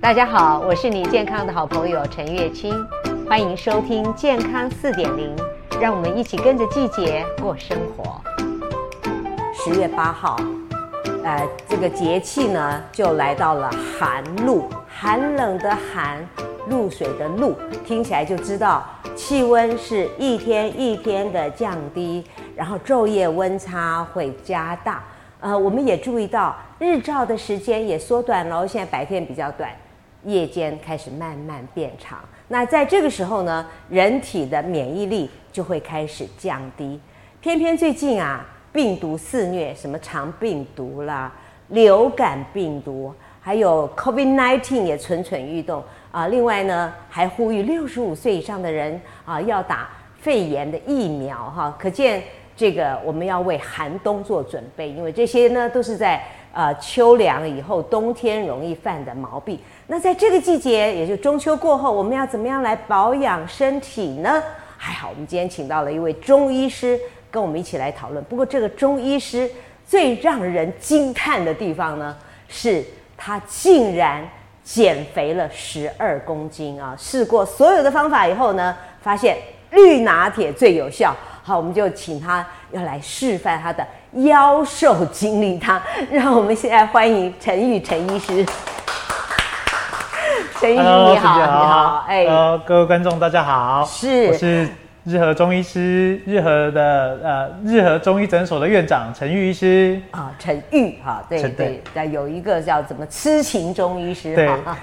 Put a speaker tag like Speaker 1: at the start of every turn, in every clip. Speaker 1: 大家好，我是你健康的好朋友陈月清，欢迎收听《健康四点零》，让我们一起跟着季节过生活。
Speaker 2: 十月八号，呃，这个节气呢就来到了寒露，寒冷的寒，露水的露，听起来就知道气温是一天一天的降低，然后昼夜温差会加大。呃，我们也注意到日照的时间也缩短了，现在白天比较短，夜间开始慢慢变长。那在这个时候呢，人体的免疫力就会开始降低。偏偏最近啊，病毒肆虐，什么肠病毒啦、流感病毒，还有 COVID-19 也蠢蠢欲动啊。另外呢，还呼吁六十五岁以上的人啊要打肺炎的疫苗哈。可见这个我们要为寒冬做准备，因为这些呢都是在呃秋凉以后冬天容易犯的毛病。那在这个季节，也就中秋过后，我们要怎么样来保养身体呢？还好，我们今天请到了一位中医师跟我们一起来讨论。不过，这个中医师最让人惊叹的地方呢，是他竟然减肥了十二公斤啊！试过所有的方法以后呢，发现绿拿铁最有效。好，我们就请他要来示范他的腰瘦经历汤。让我们现在欢迎陈玉陈医师。陈医师哎你好，
Speaker 3: 大
Speaker 2: 你
Speaker 3: 家
Speaker 2: 好，哎、
Speaker 3: Hello，各位观众大家好，
Speaker 2: 是
Speaker 3: 我是日和中医师，日和的呃日和中医诊所的院长陈玉医师，
Speaker 2: 啊，陈玉哈，对
Speaker 3: 陈
Speaker 2: 对，那有一个叫怎么痴情中医师
Speaker 3: 对
Speaker 2: 哈。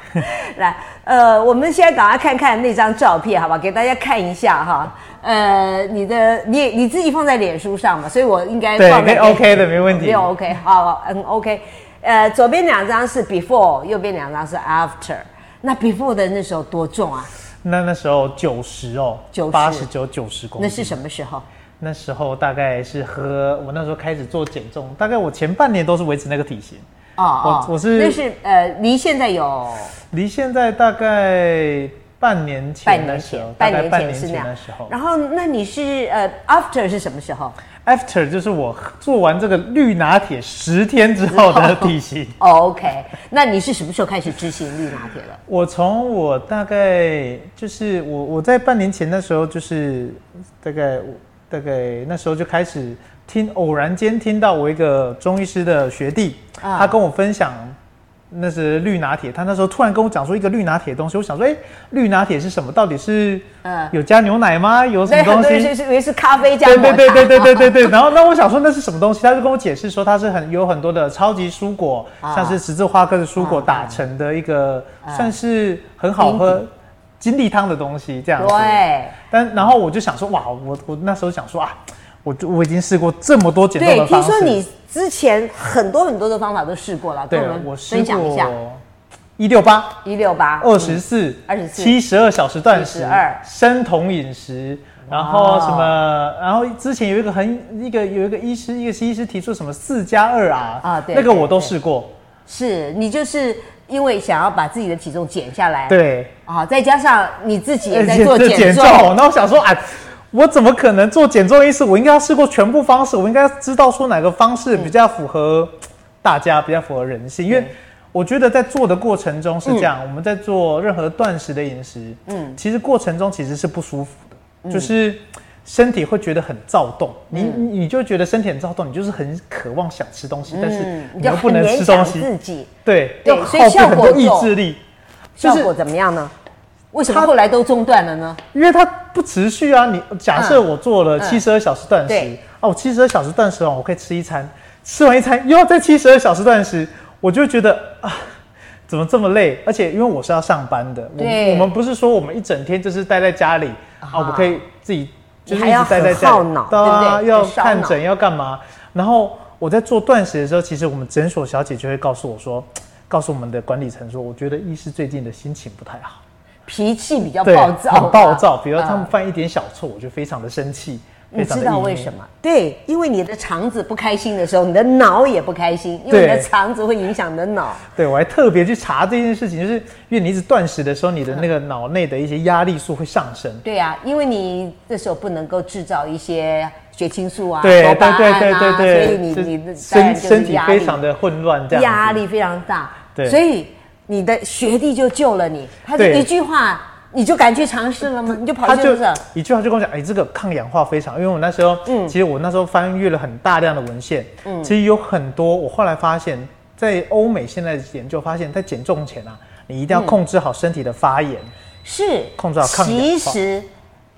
Speaker 2: 来，呃，我们现在赶快看看那张照片，好吧，给大家看一下哈。呃，你的你也你自己放在脸书上嘛，所以我应该
Speaker 3: 对
Speaker 2: 放在
Speaker 3: 那 OK 的没问题
Speaker 2: 没有 OK，好，嗯 OK。呃，左边两张是 before，右边两张是 after。那 before 的那时候多重啊？
Speaker 3: 那那时候九十哦，
Speaker 2: 90
Speaker 3: 八十九九十公斤，
Speaker 2: 那是什么时候？
Speaker 3: 那时候大概是喝我那时候开始做减重，大概我前半年都是维持那个体型，
Speaker 2: 哦哦，
Speaker 3: 我我是
Speaker 2: 那是呃，离现在有
Speaker 3: 离现在大概半年
Speaker 2: 半
Speaker 3: 前
Speaker 2: 年
Speaker 3: 那时
Speaker 2: 前
Speaker 3: 候，，大
Speaker 2: 半
Speaker 3: 概
Speaker 2: 年
Speaker 3: 半
Speaker 2: 前
Speaker 3: 年
Speaker 2: 是那
Speaker 3: 前
Speaker 2: 样
Speaker 3: 那时候。
Speaker 2: 然后，那你是呃，after 是什么时候？
Speaker 3: After 就是我做完这个绿拿铁十天之后 的
Speaker 2: 哦
Speaker 3: 体型。
Speaker 2: o OK，那你是什么时候开始执行绿拿铁了？
Speaker 3: 我从我大概就是我我在半年前那时候就是大概大概那时候就开始听偶然间听到我一个中医师的学弟，
Speaker 2: 啊
Speaker 3: 他跟我分享那是绿拿铁，他那时候突然跟我讲说一个绿拿铁的东西，我想说哎、诶绿拿铁是什么？到底是
Speaker 2: 嗯
Speaker 3: 有加牛奶吗？有什
Speaker 2: 所以
Speaker 3: 么
Speaker 2: 很
Speaker 3: 东
Speaker 2: 多人
Speaker 3: 西？
Speaker 2: 是以为是咖啡加
Speaker 3: 对
Speaker 2: 抹茶
Speaker 3: 对对对对对对对。然后那我想说那是什么东西，他就跟我解释说它是很有很多的超级蔬果，
Speaker 2: 啊
Speaker 3: 像是十字花科的蔬果
Speaker 2: 啊
Speaker 3: 打成的一个，
Speaker 2: 啊
Speaker 3: 算是很好喝金栗汤的东西这样子。
Speaker 2: 对
Speaker 3: 但然后我就想说，哇，我我那时候想说啊，我就我已经试过这么多减重
Speaker 2: 对
Speaker 3: 的
Speaker 2: 听
Speaker 3: 方式，
Speaker 2: 说你之前很多很多的方法都试过了，跟
Speaker 3: 对
Speaker 2: 我们
Speaker 3: 我试
Speaker 2: 分享一下。
Speaker 3: 过哦一六八。
Speaker 2: 一六八
Speaker 3: 二十四、
Speaker 2: 24
Speaker 3: 七十二小时断食、
Speaker 2: 72
Speaker 3: 生酮饮食，然后什么？然后之前有一个很一个有一个医师，一个西医师提出什么四加二啊？
Speaker 2: 啊对
Speaker 3: 那个
Speaker 2: 对
Speaker 3: 我都
Speaker 2: 对
Speaker 3: 试过。
Speaker 2: 是你就是因为想要把自己的体重减下来，
Speaker 3: 对，
Speaker 2: 啊，再加上你自己也在
Speaker 3: 而且
Speaker 2: 做
Speaker 3: 这
Speaker 2: 减
Speaker 3: 重
Speaker 2: 重，。
Speaker 3: 那我想说啊。我怎么可能做减重医师？我应该要试过全部方式，我应该知道说哪个方式比较符合大家，比较符合人性。因为我觉得在做的过程中是这样，
Speaker 2: 嗯
Speaker 3: 我们在做任何断食的饮食，嗯，其实过程中其实是不舒服
Speaker 2: 嗯
Speaker 3: 的，就是身体会觉得很躁动，你
Speaker 2: 嗯
Speaker 3: 你你就觉得身体很躁动，你就是很渴望想吃东西，但是
Speaker 2: 嗯，你
Speaker 3: 你
Speaker 2: 就
Speaker 3: 又不
Speaker 2: 很
Speaker 3: 能
Speaker 2: 勉
Speaker 3: 吃东
Speaker 2: 强自
Speaker 3: 西，
Speaker 2: 己，
Speaker 3: 对，
Speaker 2: 对
Speaker 3: 要耗
Speaker 2: 所以
Speaker 3: 费
Speaker 2: 效
Speaker 3: 很
Speaker 2: 果
Speaker 3: 多意
Speaker 2: 够
Speaker 3: 志力，
Speaker 2: 效果怎么样呢？为什么后来都中断了呢？
Speaker 3: 因为它不持续啊。你假设我做了
Speaker 2: 嗯
Speaker 3: 七十二小时断食，
Speaker 2: 对
Speaker 3: 哦，我七十二小时断食完，我可以吃一餐，吃完一餐又要再七十二小时断食，我就觉得啊，怎么这么累？而且因为我是要上班的，我
Speaker 2: 对
Speaker 3: 我们不是说我们一整天就是待在家里啊，我可以自己就是
Speaker 2: 你
Speaker 3: 一
Speaker 2: 还
Speaker 3: 直
Speaker 2: 要
Speaker 3: 待在家
Speaker 2: 很耗
Speaker 3: 里
Speaker 2: 脑，对
Speaker 3: 啊
Speaker 2: 不对
Speaker 3: 要
Speaker 2: 很烧
Speaker 3: 看
Speaker 2: 脑
Speaker 3: 诊要干嘛？然后我在做断食的时候，其实我们诊所小姐就会告诉我说，告诉我们的管理层说，我觉得医师最近的心情不太好。
Speaker 2: 脾气比较
Speaker 3: 对，
Speaker 2: 暴躁啊，
Speaker 3: 很暴躁。比如说他
Speaker 2: 嗯
Speaker 3: 们犯一点小错，我就非常的生气，
Speaker 2: 你
Speaker 3: 非常
Speaker 2: 知
Speaker 3: 的
Speaker 2: 道
Speaker 3: 抑郁
Speaker 2: 为什？么？对，因为你的肠子不开心的时候，你的脑也不开心，因为你
Speaker 3: 对
Speaker 2: 的肠子会影响你的脑。
Speaker 3: 对我还特别去查这件事情，就是因为你一直断食的时候，你的
Speaker 2: 嗯
Speaker 3: 那个脑内的一些压力素会上升。
Speaker 2: 对啊，因为你这时候不能够制造一些血清素啊、
Speaker 3: 对
Speaker 2: 多
Speaker 3: 对
Speaker 2: 巴胺啊
Speaker 3: 对对对
Speaker 2: 所以
Speaker 3: 对，
Speaker 2: 你你
Speaker 3: 就
Speaker 2: 当然
Speaker 3: 身
Speaker 2: 就是
Speaker 3: 身体
Speaker 2: 压力
Speaker 3: 非常的混乱，这样子
Speaker 2: 压力非常大。
Speaker 3: 对
Speaker 2: 所以你的学弟就救了你，他就
Speaker 3: 对
Speaker 2: 一句话，你就敢去尝试了吗？你就跑
Speaker 3: 他
Speaker 2: 去
Speaker 3: 就
Speaker 2: 了。
Speaker 3: 一句话就跟我讲，哎，这个抗氧化非常，因为我那时候，嗯，其实我那时候翻阅了很大量的文献，嗯，其实有很多，我后来发现，在欧美现在的研究发现，在减重前啊，你一定要
Speaker 2: 嗯
Speaker 3: 控制好身体的发炎，
Speaker 2: 是
Speaker 3: 控制好抗氧化
Speaker 2: 其实，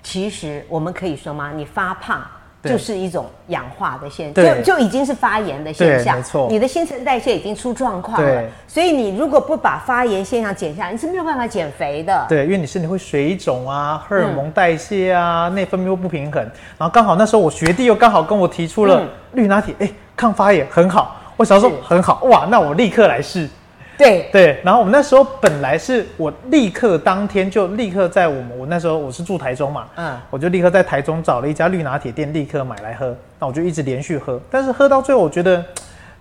Speaker 2: 其实我们可以说吗？你发胖
Speaker 3: 对
Speaker 2: 就是一种氧化的现，就
Speaker 3: 对
Speaker 2: 就已经是发炎的现象。
Speaker 3: 对没错
Speaker 2: 你的新陈代谢已经出状况了
Speaker 3: 对，
Speaker 2: 所以你如果不把发炎现象减下来，你是没有办法减肥的。嗯
Speaker 3: 对，因为你身体会水肿啊，荷尔蒙代谢啊，内分泌会不平衡，然后刚好那时候我学弟又刚好跟我提出了
Speaker 2: 嗯
Speaker 3: 绿拿铁，哎，抗发炎很好，我想说
Speaker 2: 是
Speaker 3: 很好，哇，那我立刻来试。
Speaker 2: 对
Speaker 3: 对，然后我们那时候本来是我立刻当天就立刻在我们我那时候我是住台中嘛，
Speaker 2: 嗯
Speaker 3: 嗯，我就立刻在台中找了一家绿拿铁店，立刻买来喝。那我就一直连续喝，但是喝到最后，我觉得，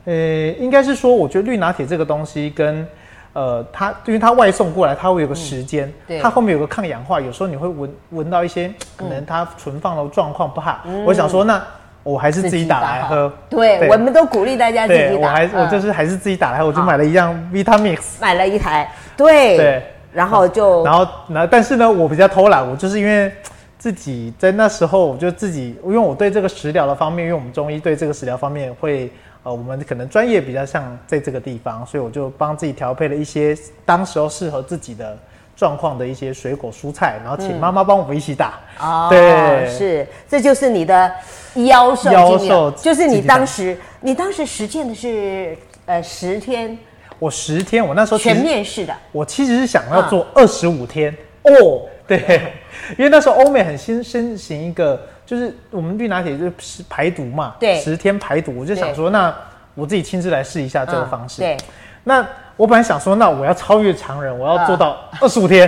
Speaker 3: 呃，应该是说，我觉得绿拿铁这个东西跟呃，它因为它外送过来，它会有个时间，
Speaker 2: 对
Speaker 3: 它后面有个抗氧化，有时候你会闻闻到一些可能它存放的状况不好。我想说，那我还是自己打来
Speaker 2: 好
Speaker 3: 喝。
Speaker 2: 对，我们都鼓励大家自己
Speaker 3: 对，
Speaker 2: 打。
Speaker 3: 我还我
Speaker 2: 嗯
Speaker 3: 就是还是自己打来喝，我就
Speaker 2: 好
Speaker 3: 买了一样 Vitamix。
Speaker 2: 买了一台，对
Speaker 3: 对，
Speaker 2: 然后就
Speaker 3: 然后，然后，但是呢，我比较偷懒，我就是因为自己在那时候，我就自己，因为我对这个食疗的方面，因为我们中医对这个食疗方面会，呃，我们可能专业比较像在这个地方，所以我就帮自己调配了一些当时候适合自己的状况的一些水果蔬菜，然后请妈妈帮我们一起打。
Speaker 2: 嗯哦，
Speaker 3: 对
Speaker 2: 是，这就是你的妖兽
Speaker 3: 妖
Speaker 2: 经历了
Speaker 3: 兽
Speaker 2: 就是你
Speaker 3: 经历了
Speaker 2: 当时你当时实践的是呃十天
Speaker 3: 我十天，我那时候其
Speaker 2: 全
Speaker 3: 实
Speaker 2: 面式的
Speaker 3: 我其实是想要
Speaker 2: 嗯
Speaker 3: 做二十五天。
Speaker 2: 哦，
Speaker 3: 对， 因为那时候欧美很先先行一个，就是我们绿拿铁就是排毒嘛，
Speaker 2: 对
Speaker 3: 十天排毒，我就想说，那我自己亲自来试一下这个方式。
Speaker 2: 嗯对，
Speaker 3: 那我本来想说，那我要超越常人，我要做到
Speaker 2: 啊
Speaker 3: 二十五 天，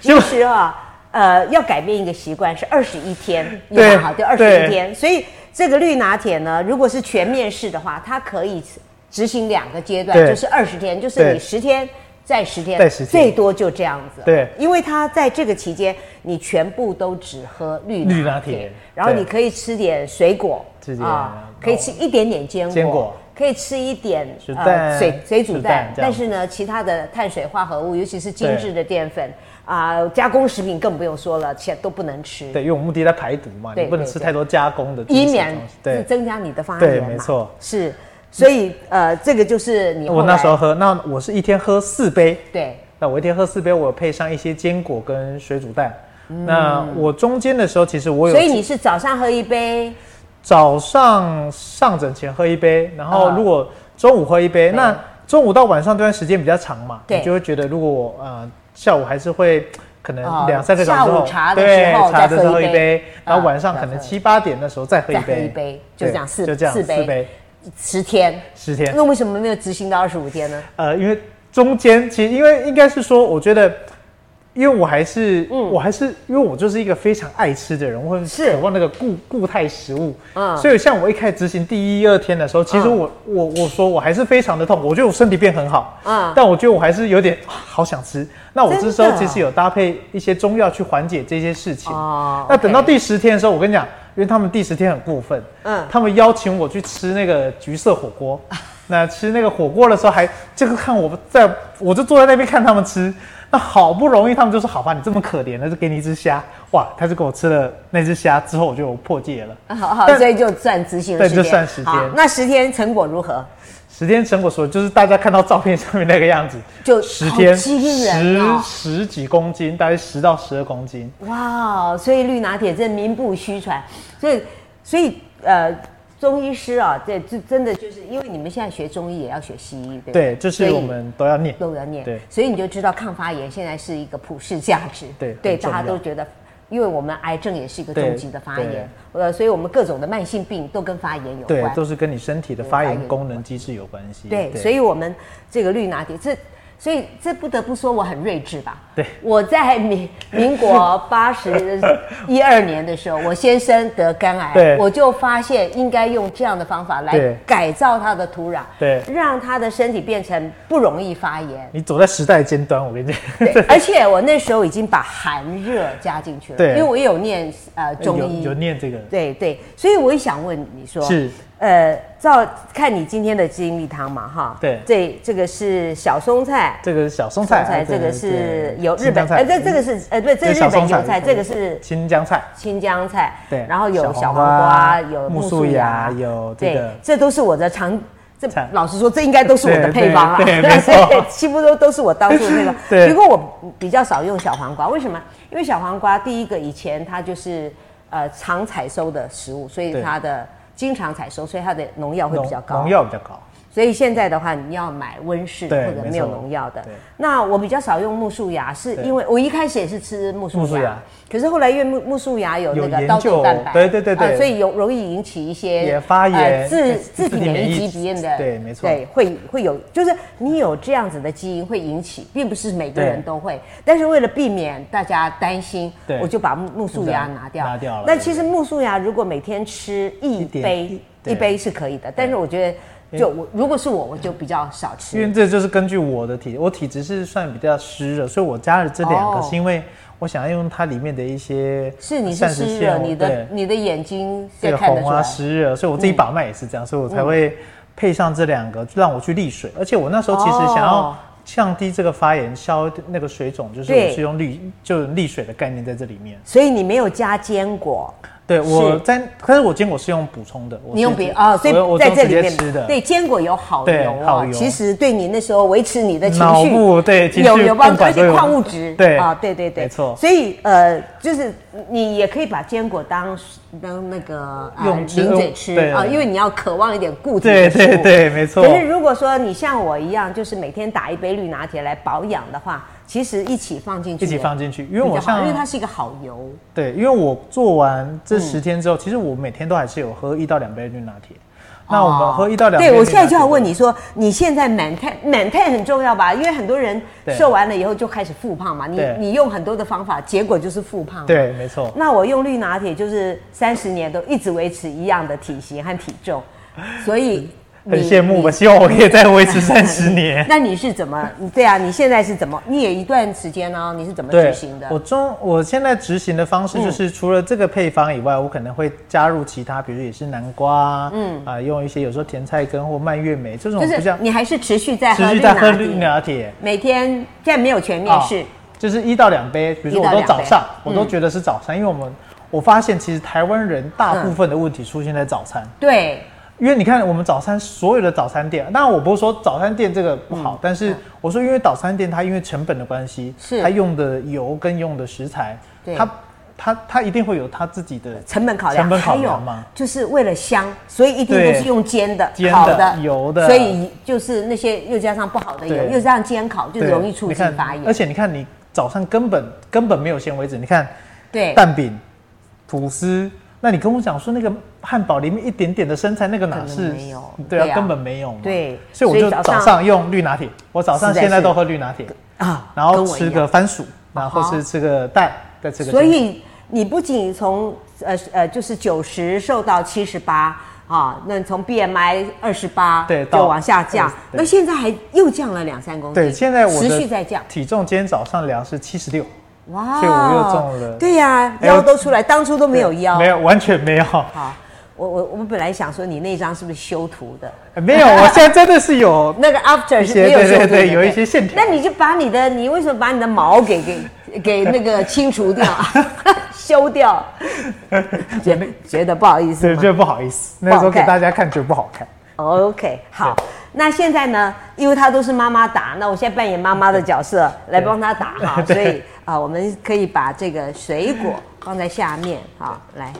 Speaker 3: 结
Speaker 2: 其
Speaker 3: 果
Speaker 2: 实啊，呃，要改变一个习 惯是二十一天，
Speaker 3: 对
Speaker 2: 有吗好，对，二十一
Speaker 3: 对
Speaker 2: 天。所以这个绿拿铁呢，如果是全面式的话，它可以执行两个阶段，
Speaker 3: 对
Speaker 2: 就是二十天，就是你
Speaker 3: 对
Speaker 2: 十天。再十天，
Speaker 3: 再10天
Speaker 2: 最多就这样子。
Speaker 3: 对
Speaker 2: 因为它在这个期间，你全部都只喝绿
Speaker 3: 绿拿
Speaker 2: 铁
Speaker 3: 铁，
Speaker 2: 然后
Speaker 3: 对
Speaker 2: 你可以吃点水果，啊
Speaker 3: 吃点
Speaker 2: 可以吃一点点坚果，
Speaker 3: 坚果
Speaker 2: 可以吃一点呃
Speaker 3: 水蛋
Speaker 2: 水水煮
Speaker 3: 水
Speaker 2: 蛋
Speaker 3: 蛋，这样
Speaker 2: 但
Speaker 3: 子
Speaker 2: 是呢，其他的碳水化合物，尤其是精
Speaker 3: 对
Speaker 2: 致的淀粉啊、加工食品更不用说了，且都不能吃，
Speaker 3: 对，因为我目的在排毒嘛，
Speaker 2: 对
Speaker 3: 你不能
Speaker 2: 对
Speaker 3: 吃
Speaker 2: 对
Speaker 3: 太多加工的，
Speaker 2: 以免是
Speaker 3: 对。
Speaker 2: 增加你的发炎
Speaker 3: 对
Speaker 2: 嘛
Speaker 3: 没错
Speaker 2: 是，所以呃，这个就是你
Speaker 3: 我
Speaker 2: 后
Speaker 3: 那
Speaker 2: 来
Speaker 3: 时候喝，那我是一天喝四杯，
Speaker 2: 对
Speaker 3: 那我一天喝四杯，我有配上一些坚果跟水煮蛋。那我中间的时候，其实我
Speaker 2: 嗯
Speaker 3: 有
Speaker 2: 所以你是早上喝一杯，
Speaker 3: 早上上诊前喝一杯，然后
Speaker 2: 嗯
Speaker 3: 如果中午喝一杯，
Speaker 2: 对
Speaker 3: 那中午到晚上这段时间比较长嘛，
Speaker 2: 对
Speaker 3: 你就会觉得如果我呃下午还是会可
Speaker 2: 哦
Speaker 3: 能两三个小时
Speaker 2: 下午
Speaker 3: 后，
Speaker 2: 茶的
Speaker 3: 对
Speaker 2: 时候
Speaker 3: 茶
Speaker 2: 再
Speaker 3: 的时
Speaker 2: 喝
Speaker 3: 候喝
Speaker 2: 一
Speaker 3: 一
Speaker 2: 杯
Speaker 3: 杯，然后晚
Speaker 2: 嗯
Speaker 3: 上可能
Speaker 2: 再喝
Speaker 3: 七八点的时候再喝一
Speaker 2: 再
Speaker 3: 杯，
Speaker 2: 喝一杯，就
Speaker 3: 对
Speaker 2: 这样四
Speaker 3: 就这样
Speaker 2: 四
Speaker 3: 四
Speaker 2: 杯
Speaker 3: 杯，
Speaker 2: 十天，
Speaker 3: 十天
Speaker 2: 那为什么没有执行到二十五天呢？
Speaker 3: 呃，因为中间其实因为应该是说，我觉得，因为我还是，我还是因为我就是一个非常爱吃的人，我很
Speaker 2: 嗯是
Speaker 3: 渴望那个固固态食物，
Speaker 2: 嗯
Speaker 3: 所以像我一开始执行第一二天的时候，其实
Speaker 2: 嗯
Speaker 3: 我、我我说我还是非常的痛，我觉得我身体变很好，
Speaker 2: 嗯
Speaker 3: 但我觉得我还是有点啊好想吃。那我
Speaker 2: 真
Speaker 3: 这
Speaker 2: 的
Speaker 3: 时候其实有搭配一些中药去缓解这些事情。
Speaker 2: 哦
Speaker 3: 那等到
Speaker 2: OK
Speaker 3: 第十天的时候，我跟你讲，因为他们第十天很过分，
Speaker 2: 嗯
Speaker 3: 他们邀请我去吃那个橘色火锅。 那吃那个火锅的时候还，这个看我在，我就坐在那边看他们吃。那好不容易，他们就说：“好吧，你这么可怜，那就给你一只虾。”哇，他就给我吃了那只虾之后，我就有破戒了。
Speaker 2: 好好，
Speaker 3: 但
Speaker 2: 所以就算执行了
Speaker 3: 对
Speaker 2: 十天，
Speaker 3: 就算十天
Speaker 2: 好那十天成果如何？
Speaker 3: 十天成果说，就是大家看到照片上面那个样子，
Speaker 2: 就
Speaker 3: 十
Speaker 2: 好
Speaker 3: 天
Speaker 2: 惊人哦
Speaker 3: 十十几公斤，大概十到十二公斤。
Speaker 2: 哇，所以绿拿铁真名不虚传，所以所以呃，中医师啊，这这真的就是因为你们现在学中医也要学西医，对不
Speaker 3: 对，就是
Speaker 2: 所以
Speaker 3: 我们都要念。
Speaker 2: 都要念，
Speaker 3: 对
Speaker 2: 所以你就知道抗发炎现在是一个普世价值，
Speaker 3: 对
Speaker 2: 对，
Speaker 3: 很重
Speaker 2: 大
Speaker 3: 要
Speaker 2: 家都觉得。因为我们癌症也是一个
Speaker 3: 对
Speaker 2: 终极的发炎
Speaker 3: 对，
Speaker 2: 呃，所以我们各种的慢性病都跟发炎有
Speaker 3: 对
Speaker 2: 关，。
Speaker 3: 都是跟你身体的
Speaker 2: 对
Speaker 3: 发
Speaker 2: 发
Speaker 3: 炎
Speaker 2: 炎
Speaker 3: 功能机制有关系。
Speaker 2: 对，所以我们这个绿拿铁，这所以这不得不说我很睿智吧。
Speaker 3: 对
Speaker 2: 我在民民 国八十一二年的时候，我先生得肝癌
Speaker 3: 对，
Speaker 2: 我就发现应该用这样的方法来
Speaker 3: 对
Speaker 2: 改造他的土壤，
Speaker 3: 对
Speaker 2: 让他的身体变成不容易发 炎。
Speaker 3: 你走在时代尖端，我跟你
Speaker 2: 对
Speaker 3: 讲。，
Speaker 2: 而且我那时候已经把寒热加进去了，
Speaker 3: 对
Speaker 2: 因为我也有念呃中医，
Speaker 3: 有有念这个，
Speaker 2: 对对，所以我也想问你说，
Speaker 3: 是
Speaker 2: 呃，照看你今天的精力汤嘛，哈，
Speaker 3: 对
Speaker 2: 这这个是小松菜，
Speaker 3: 这个是小松
Speaker 2: 松
Speaker 3: 菜，哎
Speaker 2: 菜，
Speaker 3: 对
Speaker 2: 这个
Speaker 3: 对
Speaker 2: 是
Speaker 3: 对
Speaker 2: 有日
Speaker 3: 青
Speaker 2: 本
Speaker 3: 江，菜
Speaker 2: 哎，这这个是呃，对，这
Speaker 3: 这
Speaker 2: 是
Speaker 3: 是
Speaker 2: 日
Speaker 3: 小
Speaker 2: 本
Speaker 3: 松菜
Speaker 2: 油菜，
Speaker 3: 对
Speaker 2: 这个是
Speaker 3: 青江菜，
Speaker 2: 青江菜，
Speaker 3: 对，
Speaker 2: 然后有小黄瓜，有
Speaker 3: 木
Speaker 2: 木
Speaker 3: 素
Speaker 2: 薯芽，
Speaker 3: 芽，有这
Speaker 2: 对
Speaker 3: 个，
Speaker 2: 这都是我的常。这
Speaker 3: 菜
Speaker 2: 老实说，这应该都是我的
Speaker 3: 对
Speaker 2: 配方啊，
Speaker 3: 对对没 错。
Speaker 2: 几乎都都是我当初的配方
Speaker 3: 对
Speaker 2: 不过我比较少用小黄瓜，为什么？因为小黄瓜第一个以前它就是呃常采收的食物，所以
Speaker 3: 对
Speaker 2: 它的经常采收，所以它的农药会比较高。
Speaker 3: 农药比较高，
Speaker 2: 所以现在的话，你要买温室
Speaker 3: 对
Speaker 2: 或者没有农药的
Speaker 3: 没错对。
Speaker 2: 那我比较少用木树芽，是
Speaker 3: 对
Speaker 2: 因为我一开始也是吃木树
Speaker 3: 木树
Speaker 2: 芽
Speaker 3: 芽，
Speaker 2: 可是后来因为木木树芽有那
Speaker 3: 有
Speaker 2: 个
Speaker 3: 研
Speaker 2: 刀豆
Speaker 3: 究
Speaker 2: 蛋白，
Speaker 3: 对对对对
Speaker 2: 呃所以有容易引起一些呃
Speaker 3: 也发炎
Speaker 2: 自自
Speaker 3: 自体
Speaker 2: 体
Speaker 3: 免
Speaker 2: 免
Speaker 3: 疫
Speaker 2: 疫疾病的，
Speaker 3: 对没错
Speaker 2: 对，会会有，就是你有这样子的基因会引起，并不是每个
Speaker 3: 对
Speaker 2: 人都会，但是为了避免大家担心
Speaker 3: 对，
Speaker 2: 我就把木木树芽拿掉，
Speaker 3: 拿掉了
Speaker 2: 那其实木树芽如果每天吃一
Speaker 3: 一点
Speaker 2: 杯
Speaker 3: 对
Speaker 2: 一杯是可以的，但是我觉得就我如果是我，我就比较少
Speaker 3: 因
Speaker 2: 吃
Speaker 3: 为。这就是根据我的体，我体质是算比较湿热，所以我加了这两个
Speaker 2: 哦
Speaker 3: 是因为我想要用它里面的一些
Speaker 2: 是你是
Speaker 3: 膳食
Speaker 2: 湿
Speaker 3: 纤
Speaker 2: 热，
Speaker 3: 维
Speaker 2: 你
Speaker 3: 对
Speaker 2: 的你的眼睛
Speaker 3: 这
Speaker 2: 也
Speaker 3: 个
Speaker 2: 看得
Speaker 3: 红
Speaker 2: 出
Speaker 3: 花
Speaker 2: 来。嗯
Speaker 3: 湿热，所以我自己把脉也是这样，所以我才会配上这两个，让我去利水。而且我那时候其实想要
Speaker 2: 哦
Speaker 3: 降低这个发炎、消那个水肿，就是
Speaker 2: 对
Speaker 3: 我是用利就利水的概念在这里面。
Speaker 2: 所以你没有加坚果，
Speaker 3: 对，我
Speaker 2: 是
Speaker 3: 在，可是我坚果是用补充的，我是
Speaker 2: 你用别
Speaker 3: 直
Speaker 2: 啊，所
Speaker 3: 我
Speaker 2: 以
Speaker 3: 我
Speaker 2: 在
Speaker 3: 都
Speaker 2: 这
Speaker 3: 直
Speaker 2: 里
Speaker 3: 接
Speaker 2: 面
Speaker 3: 吃的，
Speaker 2: 对坚果有好
Speaker 3: 对
Speaker 2: 油哦
Speaker 3: 好油
Speaker 2: 其实对你那时候维持你的情
Speaker 3: 脑
Speaker 2: 绪
Speaker 3: 部对情绪
Speaker 2: 有有帮
Speaker 3: 不
Speaker 2: 助，
Speaker 3: 管
Speaker 2: 而且
Speaker 3: 都有
Speaker 2: 矿物质
Speaker 3: 对
Speaker 2: 啊，对对对，
Speaker 3: 没错
Speaker 2: 所以呃，就是你也可以把坚果当当那个呃
Speaker 3: 用吃
Speaker 2: 零嘴吃
Speaker 3: 对
Speaker 2: 啊，因为你要渴望一点固体
Speaker 3: 对
Speaker 2: 的食物
Speaker 3: 对对，没错
Speaker 2: 可。是如果说你像我一样，就是每天打一杯绿拿铁来保养的话，其实一起放进去
Speaker 3: 一
Speaker 2: 也比较
Speaker 3: 起
Speaker 2: 好，
Speaker 3: 放进去，因为我像
Speaker 2: 因为它嗯是一个好油，
Speaker 3: 对，因为我做完这十天之后，其实我每天都还是有喝一到两杯绿拿铁。那我们喝一到两杯，
Speaker 2: 哦对我现在就要问你，说，你现在满碳满碳很重要吧？因为很多人
Speaker 3: 对
Speaker 2: 瘦完了以后就开始复胖嘛，你
Speaker 3: 对
Speaker 2: 你用很多的方法，结果就是复胖。。
Speaker 3: 对，没错。
Speaker 2: 那我用绿拿铁就是三十年都一直维持一样的体型和体 重，所以
Speaker 3: 很
Speaker 2: 你
Speaker 3: 羡慕，我。希望我可以再维持三十年
Speaker 2: 你。那你是怎 么？对啊，你现在是怎么？你也一段时间呢、你是怎么执行的？嗯
Speaker 3: 我中我现在执行的方式就是，除了这个配方以外，我可能会加入其他，比如也是南瓜，嗯啊、用一些有时候甜菜根或蔓越莓这种
Speaker 2: 就
Speaker 3: 比
Speaker 2: 是
Speaker 3: 较
Speaker 2: 你还是持续在喝
Speaker 3: 持续
Speaker 2: 绿
Speaker 3: 在
Speaker 2: 拿
Speaker 3: 喝绿
Speaker 2: 铁，
Speaker 3: 拿铁。
Speaker 2: 每天现在没有全面
Speaker 3: 啊
Speaker 2: 式，
Speaker 3: 就是一到两杯，比如说
Speaker 2: 一
Speaker 3: 我
Speaker 2: 到
Speaker 3: 都
Speaker 2: 两
Speaker 3: 早
Speaker 2: 杯嗯
Speaker 3: 上，我都觉得是早餐，因为我们我发现其实台湾人大
Speaker 2: 嗯
Speaker 3: 部分的问题出现在早餐。
Speaker 2: 对，
Speaker 3: 因为你看，我们早餐所有的早餐店，当然我不是说早餐店这个不
Speaker 2: 嗯
Speaker 3: 好，但是我说因为早餐店它因为成本的关系，
Speaker 2: 是
Speaker 3: 它用的油跟用的食材
Speaker 2: 对，
Speaker 3: 它它它一定会有它自己的
Speaker 2: 成本考量，
Speaker 3: 成本考量
Speaker 2: 还有
Speaker 3: 嘛。
Speaker 2: 就是为了香，所以一定都
Speaker 3: 对
Speaker 2: 是用煎的、
Speaker 3: 煎的
Speaker 2: 烤的、
Speaker 3: 油的
Speaker 2: 所以就是那些又加上不好的油，
Speaker 3: 对
Speaker 2: 又加上煎烤，就
Speaker 3: 对
Speaker 2: 容易促
Speaker 3: 你
Speaker 2: 进
Speaker 3: 看
Speaker 2: 发炎。
Speaker 3: 而且你看，你早上根本根本没有纤维质，你看
Speaker 2: 对，
Speaker 3: 蛋饼、吐司，那你跟我讲说那个汉堡里面一点点的生菜，那个哪
Speaker 2: 根本
Speaker 3: 是
Speaker 2: 没有
Speaker 3: 对啊，
Speaker 2: 对啊
Speaker 3: 根本没有嘛。
Speaker 2: 对
Speaker 3: 所以我
Speaker 2: 所以
Speaker 3: 就
Speaker 2: 早
Speaker 3: 早
Speaker 2: 上
Speaker 3: 上用绿拿铁，我早上
Speaker 2: 实在
Speaker 3: 现在
Speaker 2: 是
Speaker 3: 都喝绿拿铁。
Speaker 2: 啊
Speaker 3: 然
Speaker 2: 跟
Speaker 3: 后
Speaker 2: 我
Speaker 3: 吃
Speaker 2: 一样啊
Speaker 3: 个番薯，然后是吃个蛋，再吃个
Speaker 2: 所
Speaker 3: 坚果。
Speaker 2: 以你不仅从呃呃就是九十瘦到七十八啊，那从 BMI 二十八
Speaker 3: 对
Speaker 2: 就
Speaker 3: 到
Speaker 2: 往下降
Speaker 3: 20，对
Speaker 2: 那现在还又降了两三公斤，
Speaker 3: 对，现在我
Speaker 2: 持
Speaker 3: 的
Speaker 2: 续在降，
Speaker 3: 体重今天早上量是七十六，
Speaker 2: 哇
Speaker 3: 所以我又重了
Speaker 2: 对呀、
Speaker 3: 哎呦
Speaker 2: 腰都出来，当初都没有腰，
Speaker 3: 没有，完全没有，
Speaker 2: 好，我我我们本来想说你那张是不是修图的？
Speaker 3: 没有，我现在真的是 有，
Speaker 2: 那个 after
Speaker 3: 一
Speaker 2: 是
Speaker 3: 些
Speaker 2: 没有修图的，
Speaker 3: 对对对有一些线条
Speaker 2: 那你就把你的，你为什么把你的毛给给给那个清除 掉、修掉？觉觉得不好意思
Speaker 3: 对，
Speaker 2: 吗
Speaker 3: 觉得不好意思，那
Speaker 2: 不好
Speaker 3: 时候给
Speaker 2: 看
Speaker 3: 大家看觉得不好看。
Speaker 2: ？OK，好。那现在呢？因为他都是妈妈打，那我现在扮演妈妈的角色来帮他打哈，所
Speaker 3: 对
Speaker 2: 以啊，我们可以把这个水果放在下面啊，来，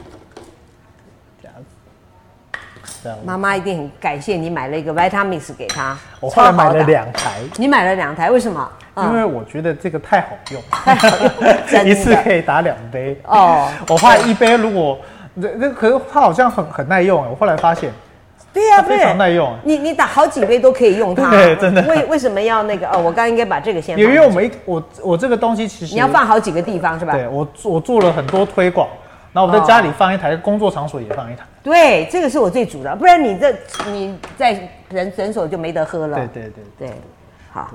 Speaker 3: 这样子这样子
Speaker 2: 妈妈一定很感谢你买了一个 Vitamix 给他，
Speaker 3: 我后来买
Speaker 2: 超
Speaker 3: 了
Speaker 2: 好打
Speaker 3: 两台，
Speaker 2: 你买了两台，为什么？
Speaker 3: 因
Speaker 2: 嗯，
Speaker 3: 为我觉得这个太好用，
Speaker 2: 真的
Speaker 3: 一次可以打两杯。
Speaker 2: 哦，
Speaker 3: 我后来一杯如果那那可是它好像很很耐用，欸我后来发现
Speaker 2: 对呀、
Speaker 3: 它
Speaker 2: 对，
Speaker 3: 非常耐用。
Speaker 2: 你你打好几杯都可以用它，
Speaker 3: 对真的
Speaker 2: 为为什么要那个？哦，我刚刚应该把这个先
Speaker 3: 因
Speaker 2: 放
Speaker 3: 为我们一我我这个东西其实
Speaker 2: 你要放好几个地方是吧？
Speaker 3: 对我做我做了很多推广，然后我在家里
Speaker 2: 哦
Speaker 3: 放一台，工作场所也放一台。
Speaker 2: 对，这个是我最主张，不然你这你在诊诊所就没得喝了。
Speaker 3: 对对对，
Speaker 2: 对好，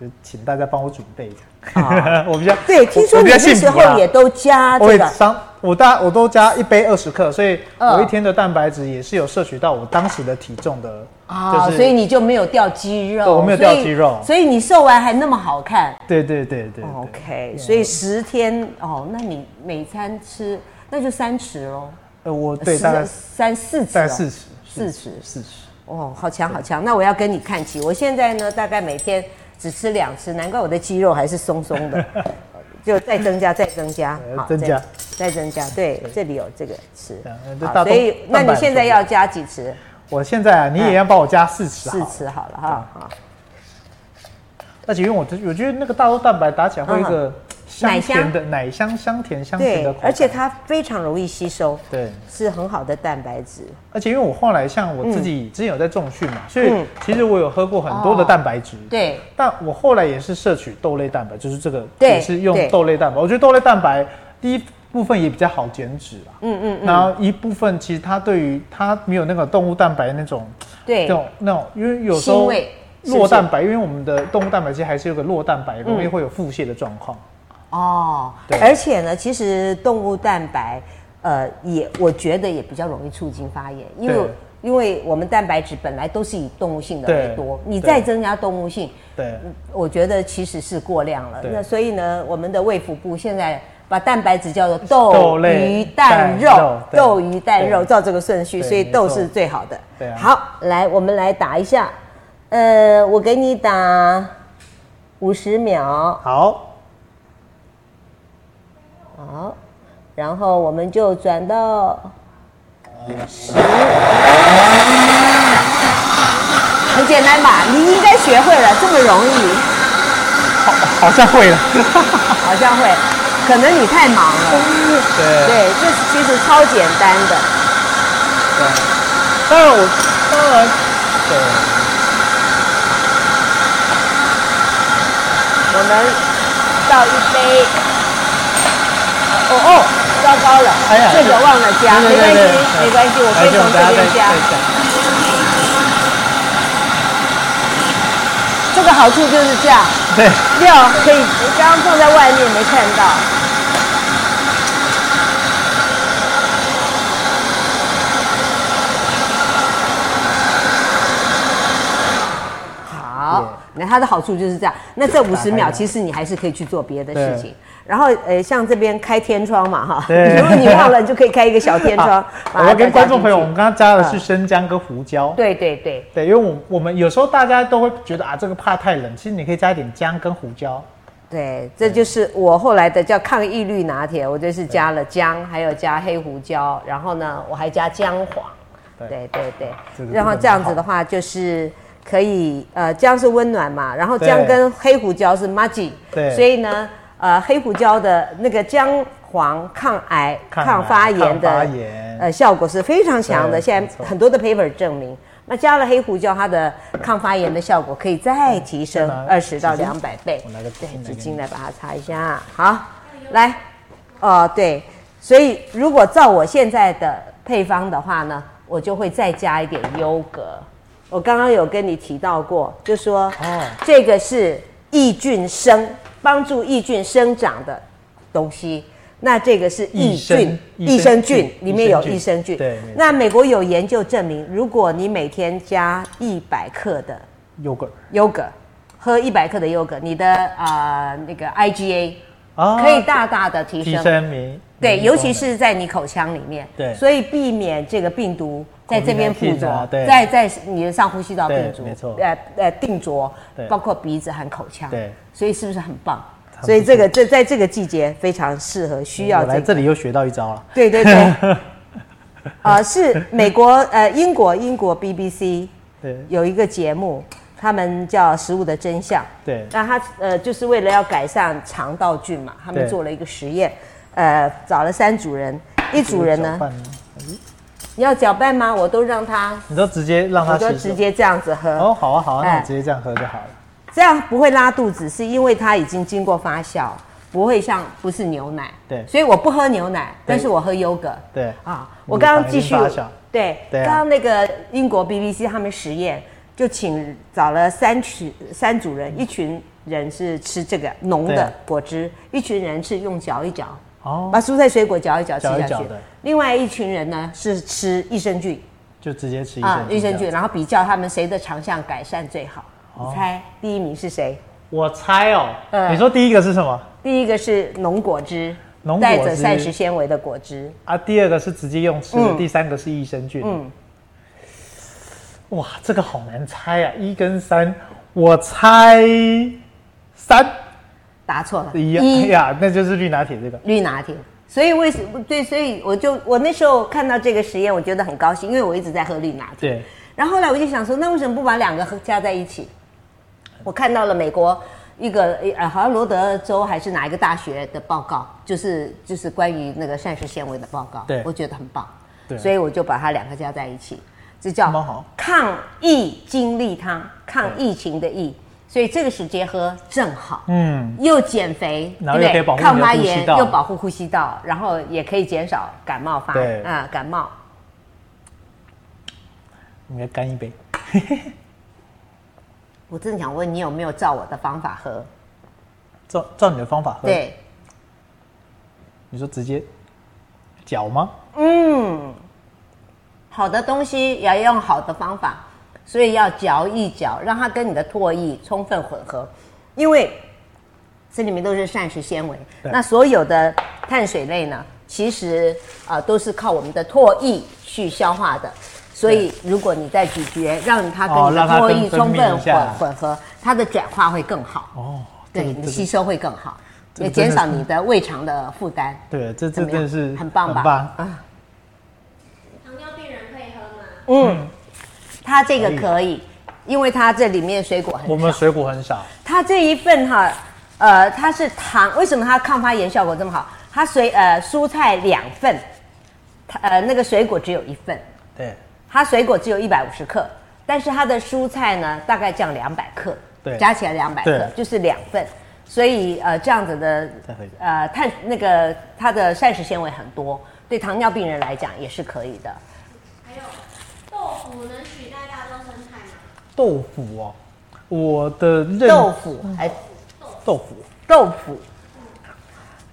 Speaker 3: 就请大家帮我准备一下。
Speaker 2: 啊
Speaker 3: 我比较
Speaker 2: 对，听说
Speaker 3: 我
Speaker 2: 你
Speaker 3: 比
Speaker 2: 那
Speaker 3: 较幸
Speaker 2: 时
Speaker 3: 福啦
Speaker 2: 候也都加
Speaker 3: 我
Speaker 2: 这
Speaker 3: 也
Speaker 2: 个，
Speaker 3: 当我大我都加一杯二十克，所以
Speaker 2: 嗯
Speaker 3: 我一天的蛋白质也是有摄取到我当时的体重的
Speaker 2: 啊，所以你就没有掉肌
Speaker 3: 对
Speaker 2: 肉，
Speaker 3: 我没有
Speaker 2: 所以
Speaker 3: 掉肌肉
Speaker 2: 所以你瘦完还那么好看。
Speaker 3: 对对对对对
Speaker 2: 哦 OK，所以十天哦，那你每餐吃那就三匙喽，
Speaker 3: 呃，我对
Speaker 2: 十
Speaker 3: 大概
Speaker 2: 三四匙，
Speaker 3: 大概四十，
Speaker 2: 哦四十
Speaker 3: 四十。
Speaker 2: 哦，好强好强！那我要跟你看齐。我现在呢，大概每天只吃两次，难怪我的肌肉还是松松 的，就再增加，再增加，
Speaker 3: 呃增加
Speaker 2: 再，再增加。对，这里有这个吃
Speaker 3: 对啊，这
Speaker 2: 好
Speaker 3: 大
Speaker 2: 所
Speaker 3: 动
Speaker 2: 以那
Speaker 3: 蛋白
Speaker 2: 你
Speaker 3: 很
Speaker 2: 现在
Speaker 3: 重要
Speaker 2: 要加几匙？
Speaker 3: 我现在啊，你也要帮我加四十
Speaker 2: 嗯四
Speaker 3: 好了。
Speaker 2: 匙好了哈。好
Speaker 3: 而且因为我我觉得那个大豆蛋白打起来会有一个香甜的奶香香甜香甜
Speaker 2: 嗯对
Speaker 3: 的口，感，
Speaker 2: 而且它非常容易吸收，
Speaker 3: 对，
Speaker 2: 是很好的蛋白质。
Speaker 3: 而且因为我后来像我自己
Speaker 2: 嗯
Speaker 3: 之前有在重训嘛，所以其实我有喝过很多的蛋白质，
Speaker 2: 哦对，
Speaker 3: 但我后来也是摄取豆类蛋白，就是这个
Speaker 2: 对
Speaker 3: 也是用豆类蛋白。我觉得豆类蛋白第一部分也比较好减脂啦，嗯嗯，然后一部分其实它对于它没有那个动物蛋白那种
Speaker 2: 对
Speaker 3: 那种那种，因为有时候
Speaker 2: 腥味是不是
Speaker 3: 弱蛋白，因为我们的动物蛋白其实还是有个弱蛋白，
Speaker 2: 嗯
Speaker 3: 容易会有腹泻的状况。
Speaker 2: 哦
Speaker 3: 对，
Speaker 2: 而且呢，其实动物蛋白，呃，也我觉得也比较容易促进发炎，因为
Speaker 3: 对
Speaker 2: 因为我们蛋白质本来都是以动物性的
Speaker 3: 对
Speaker 2: 为多，你
Speaker 3: 对
Speaker 2: 再增加动物性，
Speaker 3: 对
Speaker 2: 我觉得其实是过量了。
Speaker 3: 对
Speaker 2: 那所以呢，我们的卫福部现在把蛋白质叫做豆、
Speaker 3: 豆类
Speaker 2: 鱼、蛋、
Speaker 3: 蛋
Speaker 2: 肉、
Speaker 3: 肉对
Speaker 2: 豆、鱼、蛋、
Speaker 3: 对
Speaker 2: 肉，照这个顺序，
Speaker 3: 对
Speaker 2: 所以
Speaker 3: 没
Speaker 2: 豆
Speaker 3: 错
Speaker 2: 是最好的。
Speaker 3: 对啊
Speaker 2: 好，来，我们来打一下，呃，我给你打五十秒。
Speaker 3: 好，
Speaker 2: 好，然后我们就转到十，很简单吧？你应该学会了，这么容易，
Speaker 3: 好，好像会了。
Speaker 2: 好像会，可能你太忙了。
Speaker 3: 对
Speaker 2: 对，这是其实超简单的。呃
Speaker 3: 对，当然我当
Speaker 2: 我
Speaker 3: 然对
Speaker 2: 们倒一杯，哦哦，糟糕了，
Speaker 3: 哎呀
Speaker 2: 这个忘了加，没
Speaker 3: 对对
Speaker 2: 关
Speaker 3: 对
Speaker 2: 系
Speaker 3: 对，
Speaker 2: 没关系，我可
Speaker 3: 而
Speaker 2: 以
Speaker 3: 且
Speaker 2: 从
Speaker 3: 等下
Speaker 2: 这边
Speaker 3: 再
Speaker 2: 加。
Speaker 3: 再讲
Speaker 2: 这个好处就是这样。
Speaker 3: 对，
Speaker 2: 料可以，我刚刚放在外面没看到。好，那它的好处就是这样。那这五十秒，其实你还是可以去做别的事情
Speaker 3: 对。
Speaker 2: 然后，呃，像这边开天窗嘛，哈，
Speaker 3: 对
Speaker 2: 如果你忘了，你就可以开一个小天窗
Speaker 3: 好。
Speaker 2: 把
Speaker 3: 我
Speaker 2: 它
Speaker 3: 要跟
Speaker 2: 加
Speaker 3: 观众
Speaker 2: 进
Speaker 3: 朋友，
Speaker 2: 去
Speaker 3: 我们刚刚加的是生姜跟胡椒。
Speaker 2: 嗯对对对，
Speaker 3: 对，因为我我们有时候大家都会觉得啊，这个怕太冷，其实你可以加一点姜跟胡椒。
Speaker 2: 对，这就是我后来的叫抗抑郁拿铁，我就是加了姜，还有加黑胡椒，然后呢，我还加姜黄。
Speaker 3: 对
Speaker 2: 对对对，
Speaker 3: 这个
Speaker 2: 然后这样子的话就是可以，呃，姜是温暖嘛，然后
Speaker 3: 对
Speaker 2: 姜跟黑胡椒是 Maggi，
Speaker 3: 对
Speaker 2: 所以呢，呃，黑胡椒的那个姜黄抗癌、
Speaker 3: 抗癌
Speaker 2: 抗发炎的
Speaker 3: 抗发炎
Speaker 2: 呃效果是非常强的，
Speaker 3: 对
Speaker 2: 现
Speaker 3: 没
Speaker 2: 在
Speaker 3: 错
Speaker 2: 很多的 paper 证明。那加了黑胡椒，它的抗发炎的效果可以再提升
Speaker 3: 再拿
Speaker 2: 二十到
Speaker 3: 纸巾
Speaker 2: 两百倍。
Speaker 3: 我拿个
Speaker 2: 对
Speaker 3: 纸巾来
Speaker 2: 纸
Speaker 3: 给
Speaker 2: 巾
Speaker 3: 你
Speaker 2: 来把它擦一下。啊好，来，哦对，所以如果照我现在的配方的话呢，我就会再加一点优格。我刚刚有跟你提到过，就说
Speaker 3: 哦
Speaker 2: 这个是益菌生，帮助益菌生长的东西。那这个是益
Speaker 3: 益生
Speaker 2: 菌，益
Speaker 3: 益
Speaker 2: 生
Speaker 3: 生
Speaker 2: 菌
Speaker 3: 菌
Speaker 2: 里面有益
Speaker 3: 益
Speaker 2: 生
Speaker 3: 生
Speaker 2: 菌
Speaker 3: 菌。对没错
Speaker 2: 那美国有研究证明，如果你每天加一百克的
Speaker 3: 有个
Speaker 2: 优格，喝一百克的优格，你的啊那个 IgA
Speaker 3: 啊
Speaker 2: 可以大大的提
Speaker 3: 提
Speaker 2: 升。
Speaker 3: 升嗯免
Speaker 2: 对，
Speaker 3: 免疫
Speaker 2: 尤其
Speaker 3: 功能
Speaker 2: 是在你口腔里面，
Speaker 3: 对
Speaker 2: 所以避免这个病毒在这边附
Speaker 3: COVID-19
Speaker 2: 着
Speaker 3: 啊，对
Speaker 2: 在在你的上呼吸道
Speaker 3: 对
Speaker 2: 病毒，
Speaker 3: 没错
Speaker 2: 呃呃定着
Speaker 3: 对，
Speaker 2: 包括鼻子和口腔，
Speaker 3: 对，
Speaker 2: 所以是不是很棒？
Speaker 3: 很哎
Speaker 2: 所以这个这在这个季节非常适合，需要
Speaker 3: 我来
Speaker 2: 这
Speaker 3: 这
Speaker 2: 个，
Speaker 3: 里又学到一招了。
Speaker 2: 对对 对，呃，是美国呃英国英国 BBC
Speaker 3: 对
Speaker 2: 有一个节目，他们叫《食物的真相》。
Speaker 3: 对
Speaker 2: 那他呃，就是为了要改善肠道菌嘛，他们
Speaker 3: 对
Speaker 2: 做了一个实验，呃，找了三组人，一组人
Speaker 3: 搅
Speaker 2: 呢，
Speaker 3: 拌
Speaker 2: 你要搅拌吗？我都让他，
Speaker 3: 你都直接让
Speaker 2: 我
Speaker 3: 它
Speaker 2: 都
Speaker 3: 吸
Speaker 2: 直
Speaker 3: 收。
Speaker 2: 接这样子喝，
Speaker 3: 哦，好啊，好啊，
Speaker 2: 哎
Speaker 3: 那我直接这样喝就好了。
Speaker 2: 这样不会拉肚子，是因为它已经经过发酵，不会像不是牛奶。
Speaker 3: 对
Speaker 2: 所以我不喝牛奶，但是
Speaker 3: 对
Speaker 2: 我喝优格。
Speaker 3: 对
Speaker 2: 啊，
Speaker 3: 你
Speaker 2: 我刚刚
Speaker 3: 反
Speaker 2: 继
Speaker 3: 应
Speaker 2: 续
Speaker 3: 发酵
Speaker 2: 对，
Speaker 3: 对啊
Speaker 2: 刚刚那个英国 BBC 他们实验就请找了三群三组人，一群人是吃这个浓的
Speaker 3: 对
Speaker 2: 果汁，一群人是用嚼一嚼，
Speaker 3: 哦，
Speaker 2: 把蔬菜水果嚼一嚼吃
Speaker 3: 嚼一
Speaker 2: 下
Speaker 3: 嚼
Speaker 2: 去
Speaker 3: 的。
Speaker 2: 另外一群人呢是吃益生菌
Speaker 3: 就直接吃益
Speaker 2: 啊
Speaker 3: 生，
Speaker 2: 益生
Speaker 3: 这
Speaker 2: 菌，
Speaker 3: 样。
Speaker 2: 然后比较他们谁的肠项改善最好。
Speaker 3: 哦
Speaker 2: 你猜第一名是谁？
Speaker 3: 我猜哦，
Speaker 2: 嗯
Speaker 3: 你说第一个是什么
Speaker 2: 第一个是浓果汁
Speaker 3: 浓，果
Speaker 2: 带
Speaker 3: 汁
Speaker 2: 着膳食纤维的果汁。
Speaker 3: 啊？第二个是直接用吃的，
Speaker 2: 嗯
Speaker 3: 第三个是益生菌。
Speaker 2: 嗯，
Speaker 3: 哇，这个好难猜啊！一跟三，我猜三
Speaker 2: 答错了，
Speaker 3: 一呀哎呀，那就是绿拿铁这个。
Speaker 2: 绿拿铁。所以为什么对？所以我就我那时候看到这个实验，我觉得很高兴，因为我一直在喝绿拿铁。
Speaker 3: 对，
Speaker 2: 然后后来我就想说，那为什么不把两个合加在一起？我看到了美国一个呃，好像罗德州还是哪一个大学的报告，就是就是关于那个膳食纤维的报告，
Speaker 3: 对
Speaker 2: 我觉得很棒，
Speaker 3: 对
Speaker 2: 所以我就把它两个加在一起，这叫
Speaker 3: 蛮好
Speaker 2: 抗疫精力汤，抗疫情的疫，所以这个时节喝正好，
Speaker 3: 嗯，
Speaker 2: 又减肥，
Speaker 3: 然后
Speaker 2: 对不对
Speaker 3: 又可以保护你的
Speaker 2: 抗发
Speaker 3: 呼吸
Speaker 2: 炎，
Speaker 3: 道
Speaker 2: 又保护呼吸道，然后也可以减少感冒发
Speaker 3: 对
Speaker 2: 啊、感冒。
Speaker 3: 应该干一杯。
Speaker 2: 我正想问你有没有照我的方法喝？
Speaker 3: 照照你的方法喝。，
Speaker 2: 对，
Speaker 3: 你说直接搅吗？
Speaker 2: 嗯，好的东西也要用好的方法，所以要嚼一嚼，让它跟你的唾液充分混合，因为这里面都是膳食纤维。
Speaker 3: 对
Speaker 2: 那所有的碳水类呢，其实啊、呃都是靠我们的唾液去消化的。所以，如果你在咀嚼，让它跟
Speaker 3: 哦
Speaker 2: 你的
Speaker 3: 让它
Speaker 2: 唾
Speaker 3: 跟
Speaker 2: 液
Speaker 3: 分
Speaker 2: 充
Speaker 3: 泌
Speaker 2: 分
Speaker 3: 一下
Speaker 2: 混混合，它的转化会更好。
Speaker 3: 哦，
Speaker 2: 对
Speaker 3: 这个
Speaker 2: 你
Speaker 3: 这个
Speaker 2: 吸收会更好，
Speaker 3: 这
Speaker 2: 也
Speaker 3: 个
Speaker 2: 减
Speaker 3: 真的
Speaker 2: 少
Speaker 3: 是
Speaker 2: 你的胃肠的负担。
Speaker 3: 对，这
Speaker 2: 怎
Speaker 3: 这
Speaker 2: 么
Speaker 3: 真
Speaker 2: 样
Speaker 3: 的是
Speaker 2: 很棒吧？
Speaker 3: 很棒。
Speaker 2: 啊，
Speaker 4: 糖尿病人可以喝吗？
Speaker 2: 嗯，它这个
Speaker 3: 可
Speaker 2: 可以，因为它这里面水果
Speaker 3: 我
Speaker 2: 很
Speaker 3: 们
Speaker 2: 少。
Speaker 3: 水果很少，
Speaker 2: 它这一份哈，呃，它是糖，为什么它抗发炎效果这么好？它水呃蔬菜两份，它呃那个水果只有一份，
Speaker 3: 对
Speaker 2: 它水果只有一百五十克，但是它的蔬菜呢大概降两百克，
Speaker 3: 对
Speaker 2: 加起来两百克
Speaker 3: 对
Speaker 2: 就是两份，所以呃这样子的
Speaker 3: 再喝一个
Speaker 2: 呃碳那个它的膳食纤维很多，对糖尿病人来讲也是可以的。
Speaker 4: 还有豆腐能取代大豆生菜吗？
Speaker 3: 豆腐哦，我的认
Speaker 2: 豆腐还
Speaker 3: 豆腐，
Speaker 2: 豆腐，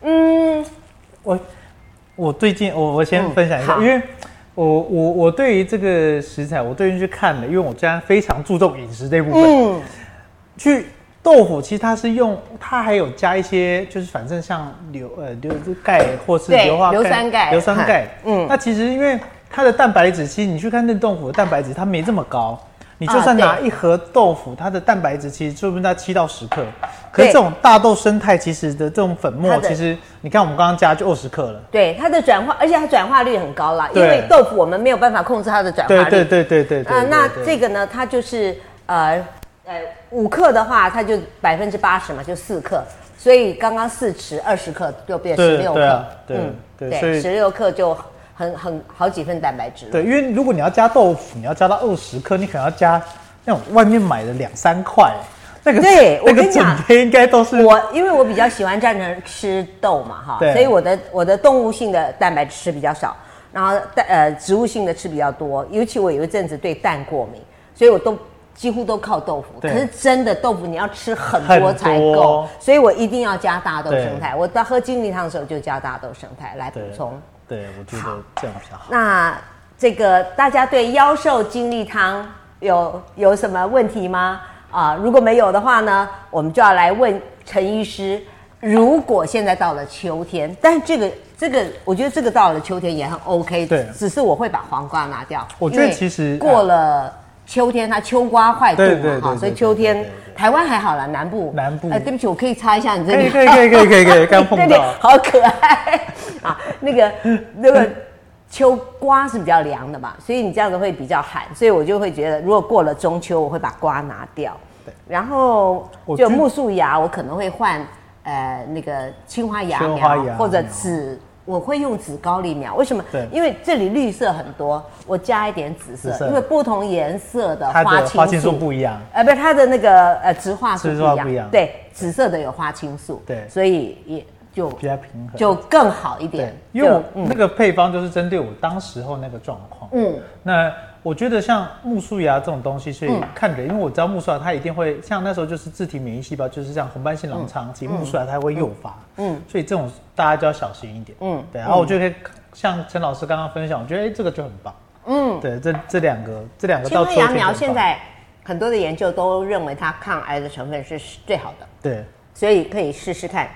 Speaker 2: 嗯，
Speaker 3: 我我最近我我先
Speaker 2: 嗯
Speaker 3: 分享一下，
Speaker 2: 好
Speaker 3: 因为我我我对于这个食材我最近去看了，因为我家非常注重饮食这部分，
Speaker 2: 嗯，
Speaker 3: 去豆腐其实它是用它还有加一些就是反正像硫呃硫钙或是
Speaker 2: 对
Speaker 3: 硫化
Speaker 2: 硫酸钙
Speaker 3: 硫酸钙
Speaker 2: 哈，嗯
Speaker 3: 嗯，那其实因为它的蛋白质，其实你去看那豆腐的蛋白质它没这么高，你就算
Speaker 2: 啊
Speaker 3: 拿
Speaker 2: 对
Speaker 3: 一盒豆腐，它的蛋白质其实说不定在七到十克，可是
Speaker 2: 对
Speaker 3: 这种大豆生态其实的这种粉末
Speaker 2: 它，的
Speaker 3: 其实你看我们刚刚加就二十克了，
Speaker 2: 对，它的转化，而且它转化率很高啦，因
Speaker 3: 对
Speaker 2: 为豆腐我们没有办法控制它的转化
Speaker 3: 对
Speaker 2: 率。
Speaker 3: 对对对对对，
Speaker 2: 啊，那
Speaker 3: 对
Speaker 2: 这个呢，它就是呃呃五克的话，它就百分之八十嘛，就四克。所以刚刚四匙二十克就变十
Speaker 3: 对
Speaker 2: 六
Speaker 3: 对
Speaker 2: 克嗯
Speaker 3: 啊，对对所
Speaker 2: 对，
Speaker 3: 以
Speaker 2: 十六克就很很好几份蛋白质了。
Speaker 3: 对，因为如果你要加豆腐，你要加到二十克，你可能要加那种外面买的两三块，那个
Speaker 2: 对
Speaker 3: 那
Speaker 2: 我跟
Speaker 3: 个
Speaker 2: 你讲
Speaker 3: 整杯应该都是
Speaker 2: 我因为我比较喜欢战成吃豆嘛哈，
Speaker 3: 对
Speaker 2: 所以我的我的动物性的蛋白质吃比较少，然后蛋呃植物性的吃比较多，尤其我有一阵子对蛋过敏，所以我都几乎都靠豆腐。可
Speaker 3: 对
Speaker 2: 是真的豆腐你要吃很多
Speaker 3: 很
Speaker 2: 才
Speaker 3: 多
Speaker 2: 够，所以我一定要加大豆
Speaker 3: 对
Speaker 2: 生态。我到喝精力汤的时候就加大豆生态来补
Speaker 3: 对
Speaker 2: 充。
Speaker 3: 对，我觉得这样比较好。
Speaker 2: 那这个大家对妖兽精力汤有有什么问题吗？啊，如果没有的话呢，我们就要来问陈医师。如果现在到了秋天，但这个这个，我觉得这个到了秋天也很 OK。
Speaker 3: 对
Speaker 2: 只是我会把黄瓜拿掉。
Speaker 3: 我觉得
Speaker 2: 因为
Speaker 3: 其实啊
Speaker 2: 过了秋天，它秋瓜坏肚
Speaker 3: 对对
Speaker 2: 嘛
Speaker 3: 对
Speaker 2: 哈，
Speaker 3: 对
Speaker 2: 所以
Speaker 3: 对
Speaker 2: 秋
Speaker 3: 对
Speaker 2: 天
Speaker 3: 对对
Speaker 2: 台湾还好啦，南部
Speaker 3: 南部
Speaker 2: 呃，对不起，我可以擦一下你这里。
Speaker 3: 可以可以可以可以可以 刚碰到
Speaker 2: 对对好可爱啊！那个那个秋瓜是比较凉的嘛，所以你这样子会比较寒，所以我就会觉得，如果过了中秋，我会把瓜拿掉
Speaker 3: 对。
Speaker 2: 然后
Speaker 3: 我
Speaker 2: 就
Speaker 3: 觉得
Speaker 2: 木树芽，我可能会换呃那个青花芽苗
Speaker 3: 青花芽
Speaker 2: 或者
Speaker 3: 苗
Speaker 2: 紫，我会用紫高丽苗。为什么
Speaker 3: 对？
Speaker 2: 因为这里绿色很多，我加一点紫色，
Speaker 3: 紫色
Speaker 2: 因为不同颜色的
Speaker 3: 它
Speaker 2: 花
Speaker 3: 的花
Speaker 2: 青
Speaker 3: 青素
Speaker 2: 素
Speaker 3: 不一样，
Speaker 2: 呃，不是它的那个呃植化素
Speaker 3: 植
Speaker 2: 不
Speaker 3: 化
Speaker 2: 一样，
Speaker 3: 不一样
Speaker 2: 对，紫色的有花青素，
Speaker 3: 对
Speaker 2: 所以也就
Speaker 3: 比较平衡。
Speaker 2: 就更好一点
Speaker 3: 对，，因为
Speaker 2: 就嗯
Speaker 3: 我那个配方就是针对我当时候那个状况。
Speaker 2: 嗯
Speaker 3: 那我觉得像木素芽这种东西是
Speaker 2: 嗯
Speaker 3: 看人，因为我知道木素芽它一定会像那时候就是自体免疫细胞，就是像红斑性狼疮及木素芽它会诱发，
Speaker 2: 嗯
Speaker 3: 嗯，所以这种大家就要小心一点，
Speaker 2: 嗯
Speaker 3: 嗯，对。然后我就可以像陈老师刚刚分享，我觉得哎、这个就很棒，
Speaker 2: 嗯，
Speaker 3: 对，这这两个这两个
Speaker 2: 青
Speaker 3: 到
Speaker 2: 春
Speaker 3: 秋
Speaker 2: 芽
Speaker 3: 天
Speaker 2: 苗
Speaker 3: 就很
Speaker 2: 现
Speaker 3: 棒
Speaker 2: 在很多的研究都认为它抗癌的成分是最好的。
Speaker 3: 对
Speaker 2: 所以可以试试看。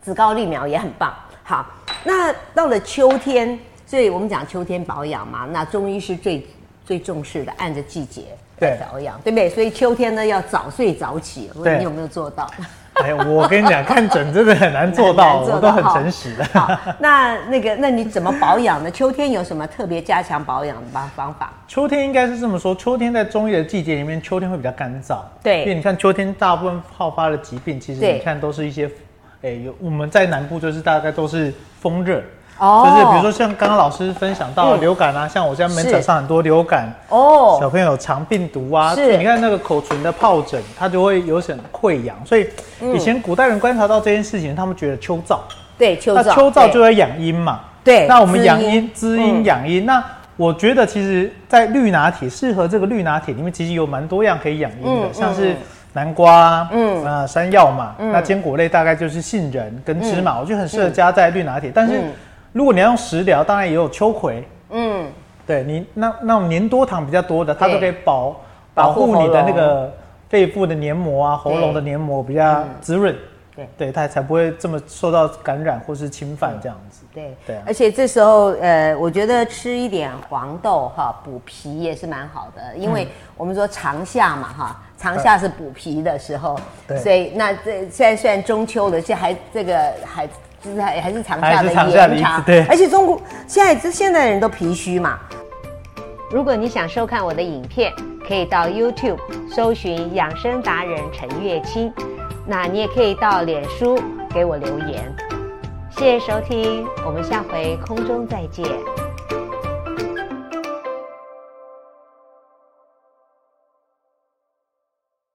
Speaker 2: 紫高丽苗也很棒。好，那到了秋天，所以我们讲秋天保养嘛，那中医是最最重视的，按着季节来
Speaker 3: 对
Speaker 2: 保养，对不对？所以秋天呢要早睡早起，我问
Speaker 3: 对
Speaker 2: 你有没有做到？
Speaker 3: 哎，我跟你讲，看诊真的很难做到，
Speaker 2: 很难
Speaker 3: 我都很
Speaker 2: 好
Speaker 3: 诚实的。
Speaker 2: 好，那那个，那你怎么保养呢？秋天有什么特别加强保养的方方法？
Speaker 3: 秋天应该是这么说，秋天在中医的季节里面，秋天会比较干燥。
Speaker 2: 对
Speaker 3: 因为你看秋天大部分好发的疾病，其实
Speaker 2: 对
Speaker 3: 你看都是一些，哎、有我们在南部就是大概都是风热。
Speaker 2: 哦
Speaker 3: 就是比如说像刚刚老师分享到
Speaker 2: 嗯
Speaker 3: 流感啊，像我家门
Speaker 2: 是
Speaker 3: 诊上很多流感，啊小
Speaker 2: 哦，
Speaker 3: 朋友有肠病毒
Speaker 2: 是
Speaker 3: 啊，所以你看那个口唇的疱疹，它就会有点溃疡。所以
Speaker 2: 嗯
Speaker 3: 以前古代人观察到这件事情，他们觉得秋燥，
Speaker 2: 对，秋
Speaker 3: 那
Speaker 2: 燥，
Speaker 3: 秋燥
Speaker 2: 对
Speaker 3: 就会养阴嘛。
Speaker 2: 对
Speaker 3: 那我们养
Speaker 2: 滋阴
Speaker 3: 阴、滋
Speaker 2: 嗯
Speaker 3: 阴、养阴。那我觉得其实，在绿拿铁适合这个绿拿铁里面，其实有蛮多样可以养阴
Speaker 2: 嗯
Speaker 3: 的，
Speaker 2: 嗯
Speaker 3: 像是南瓜，
Speaker 2: 嗯
Speaker 3: 嗯啊、山药嘛。那坚果类大概就是杏仁跟芝麻，我觉得很适合加在绿拿铁。但是
Speaker 2: 嗯
Speaker 3: 如果你要用食疗，当然也有秋葵，
Speaker 2: 嗯，
Speaker 3: 对你那那种粘多糖比较多的，它
Speaker 2: 对
Speaker 3: 都可以保
Speaker 2: 保
Speaker 3: 保
Speaker 2: 护
Speaker 3: 护你的
Speaker 2: 喉咙
Speaker 3: 那
Speaker 2: 嗯
Speaker 3: 个肺部的黏膜啊，喉咙的黏膜比较滋润。
Speaker 2: 对嗯
Speaker 3: 对，它才不会这么受到感染或是侵犯这样子。
Speaker 2: 对
Speaker 3: 对啊
Speaker 2: 而且这时候呃，我觉得吃一点黄豆哈，补脾也是蛮好的，因
Speaker 3: 嗯
Speaker 2: 为我们说长夏嘛哈，长夏是补脾的时候，
Speaker 3: 对
Speaker 2: 所以那这现在虽然中秋了，这还这个还就是还还是长夏
Speaker 3: 还
Speaker 2: 的
Speaker 3: 是长夏的
Speaker 2: 延长
Speaker 3: 意，思对
Speaker 2: 而且中国现在这现代人都脾虚嘛，
Speaker 1: 如果你想收看我的影片，可以到 YouTube 搜寻养生达人陈月清，那你也可以到脸书给我留言。谢谢收听，我们下回空中再见。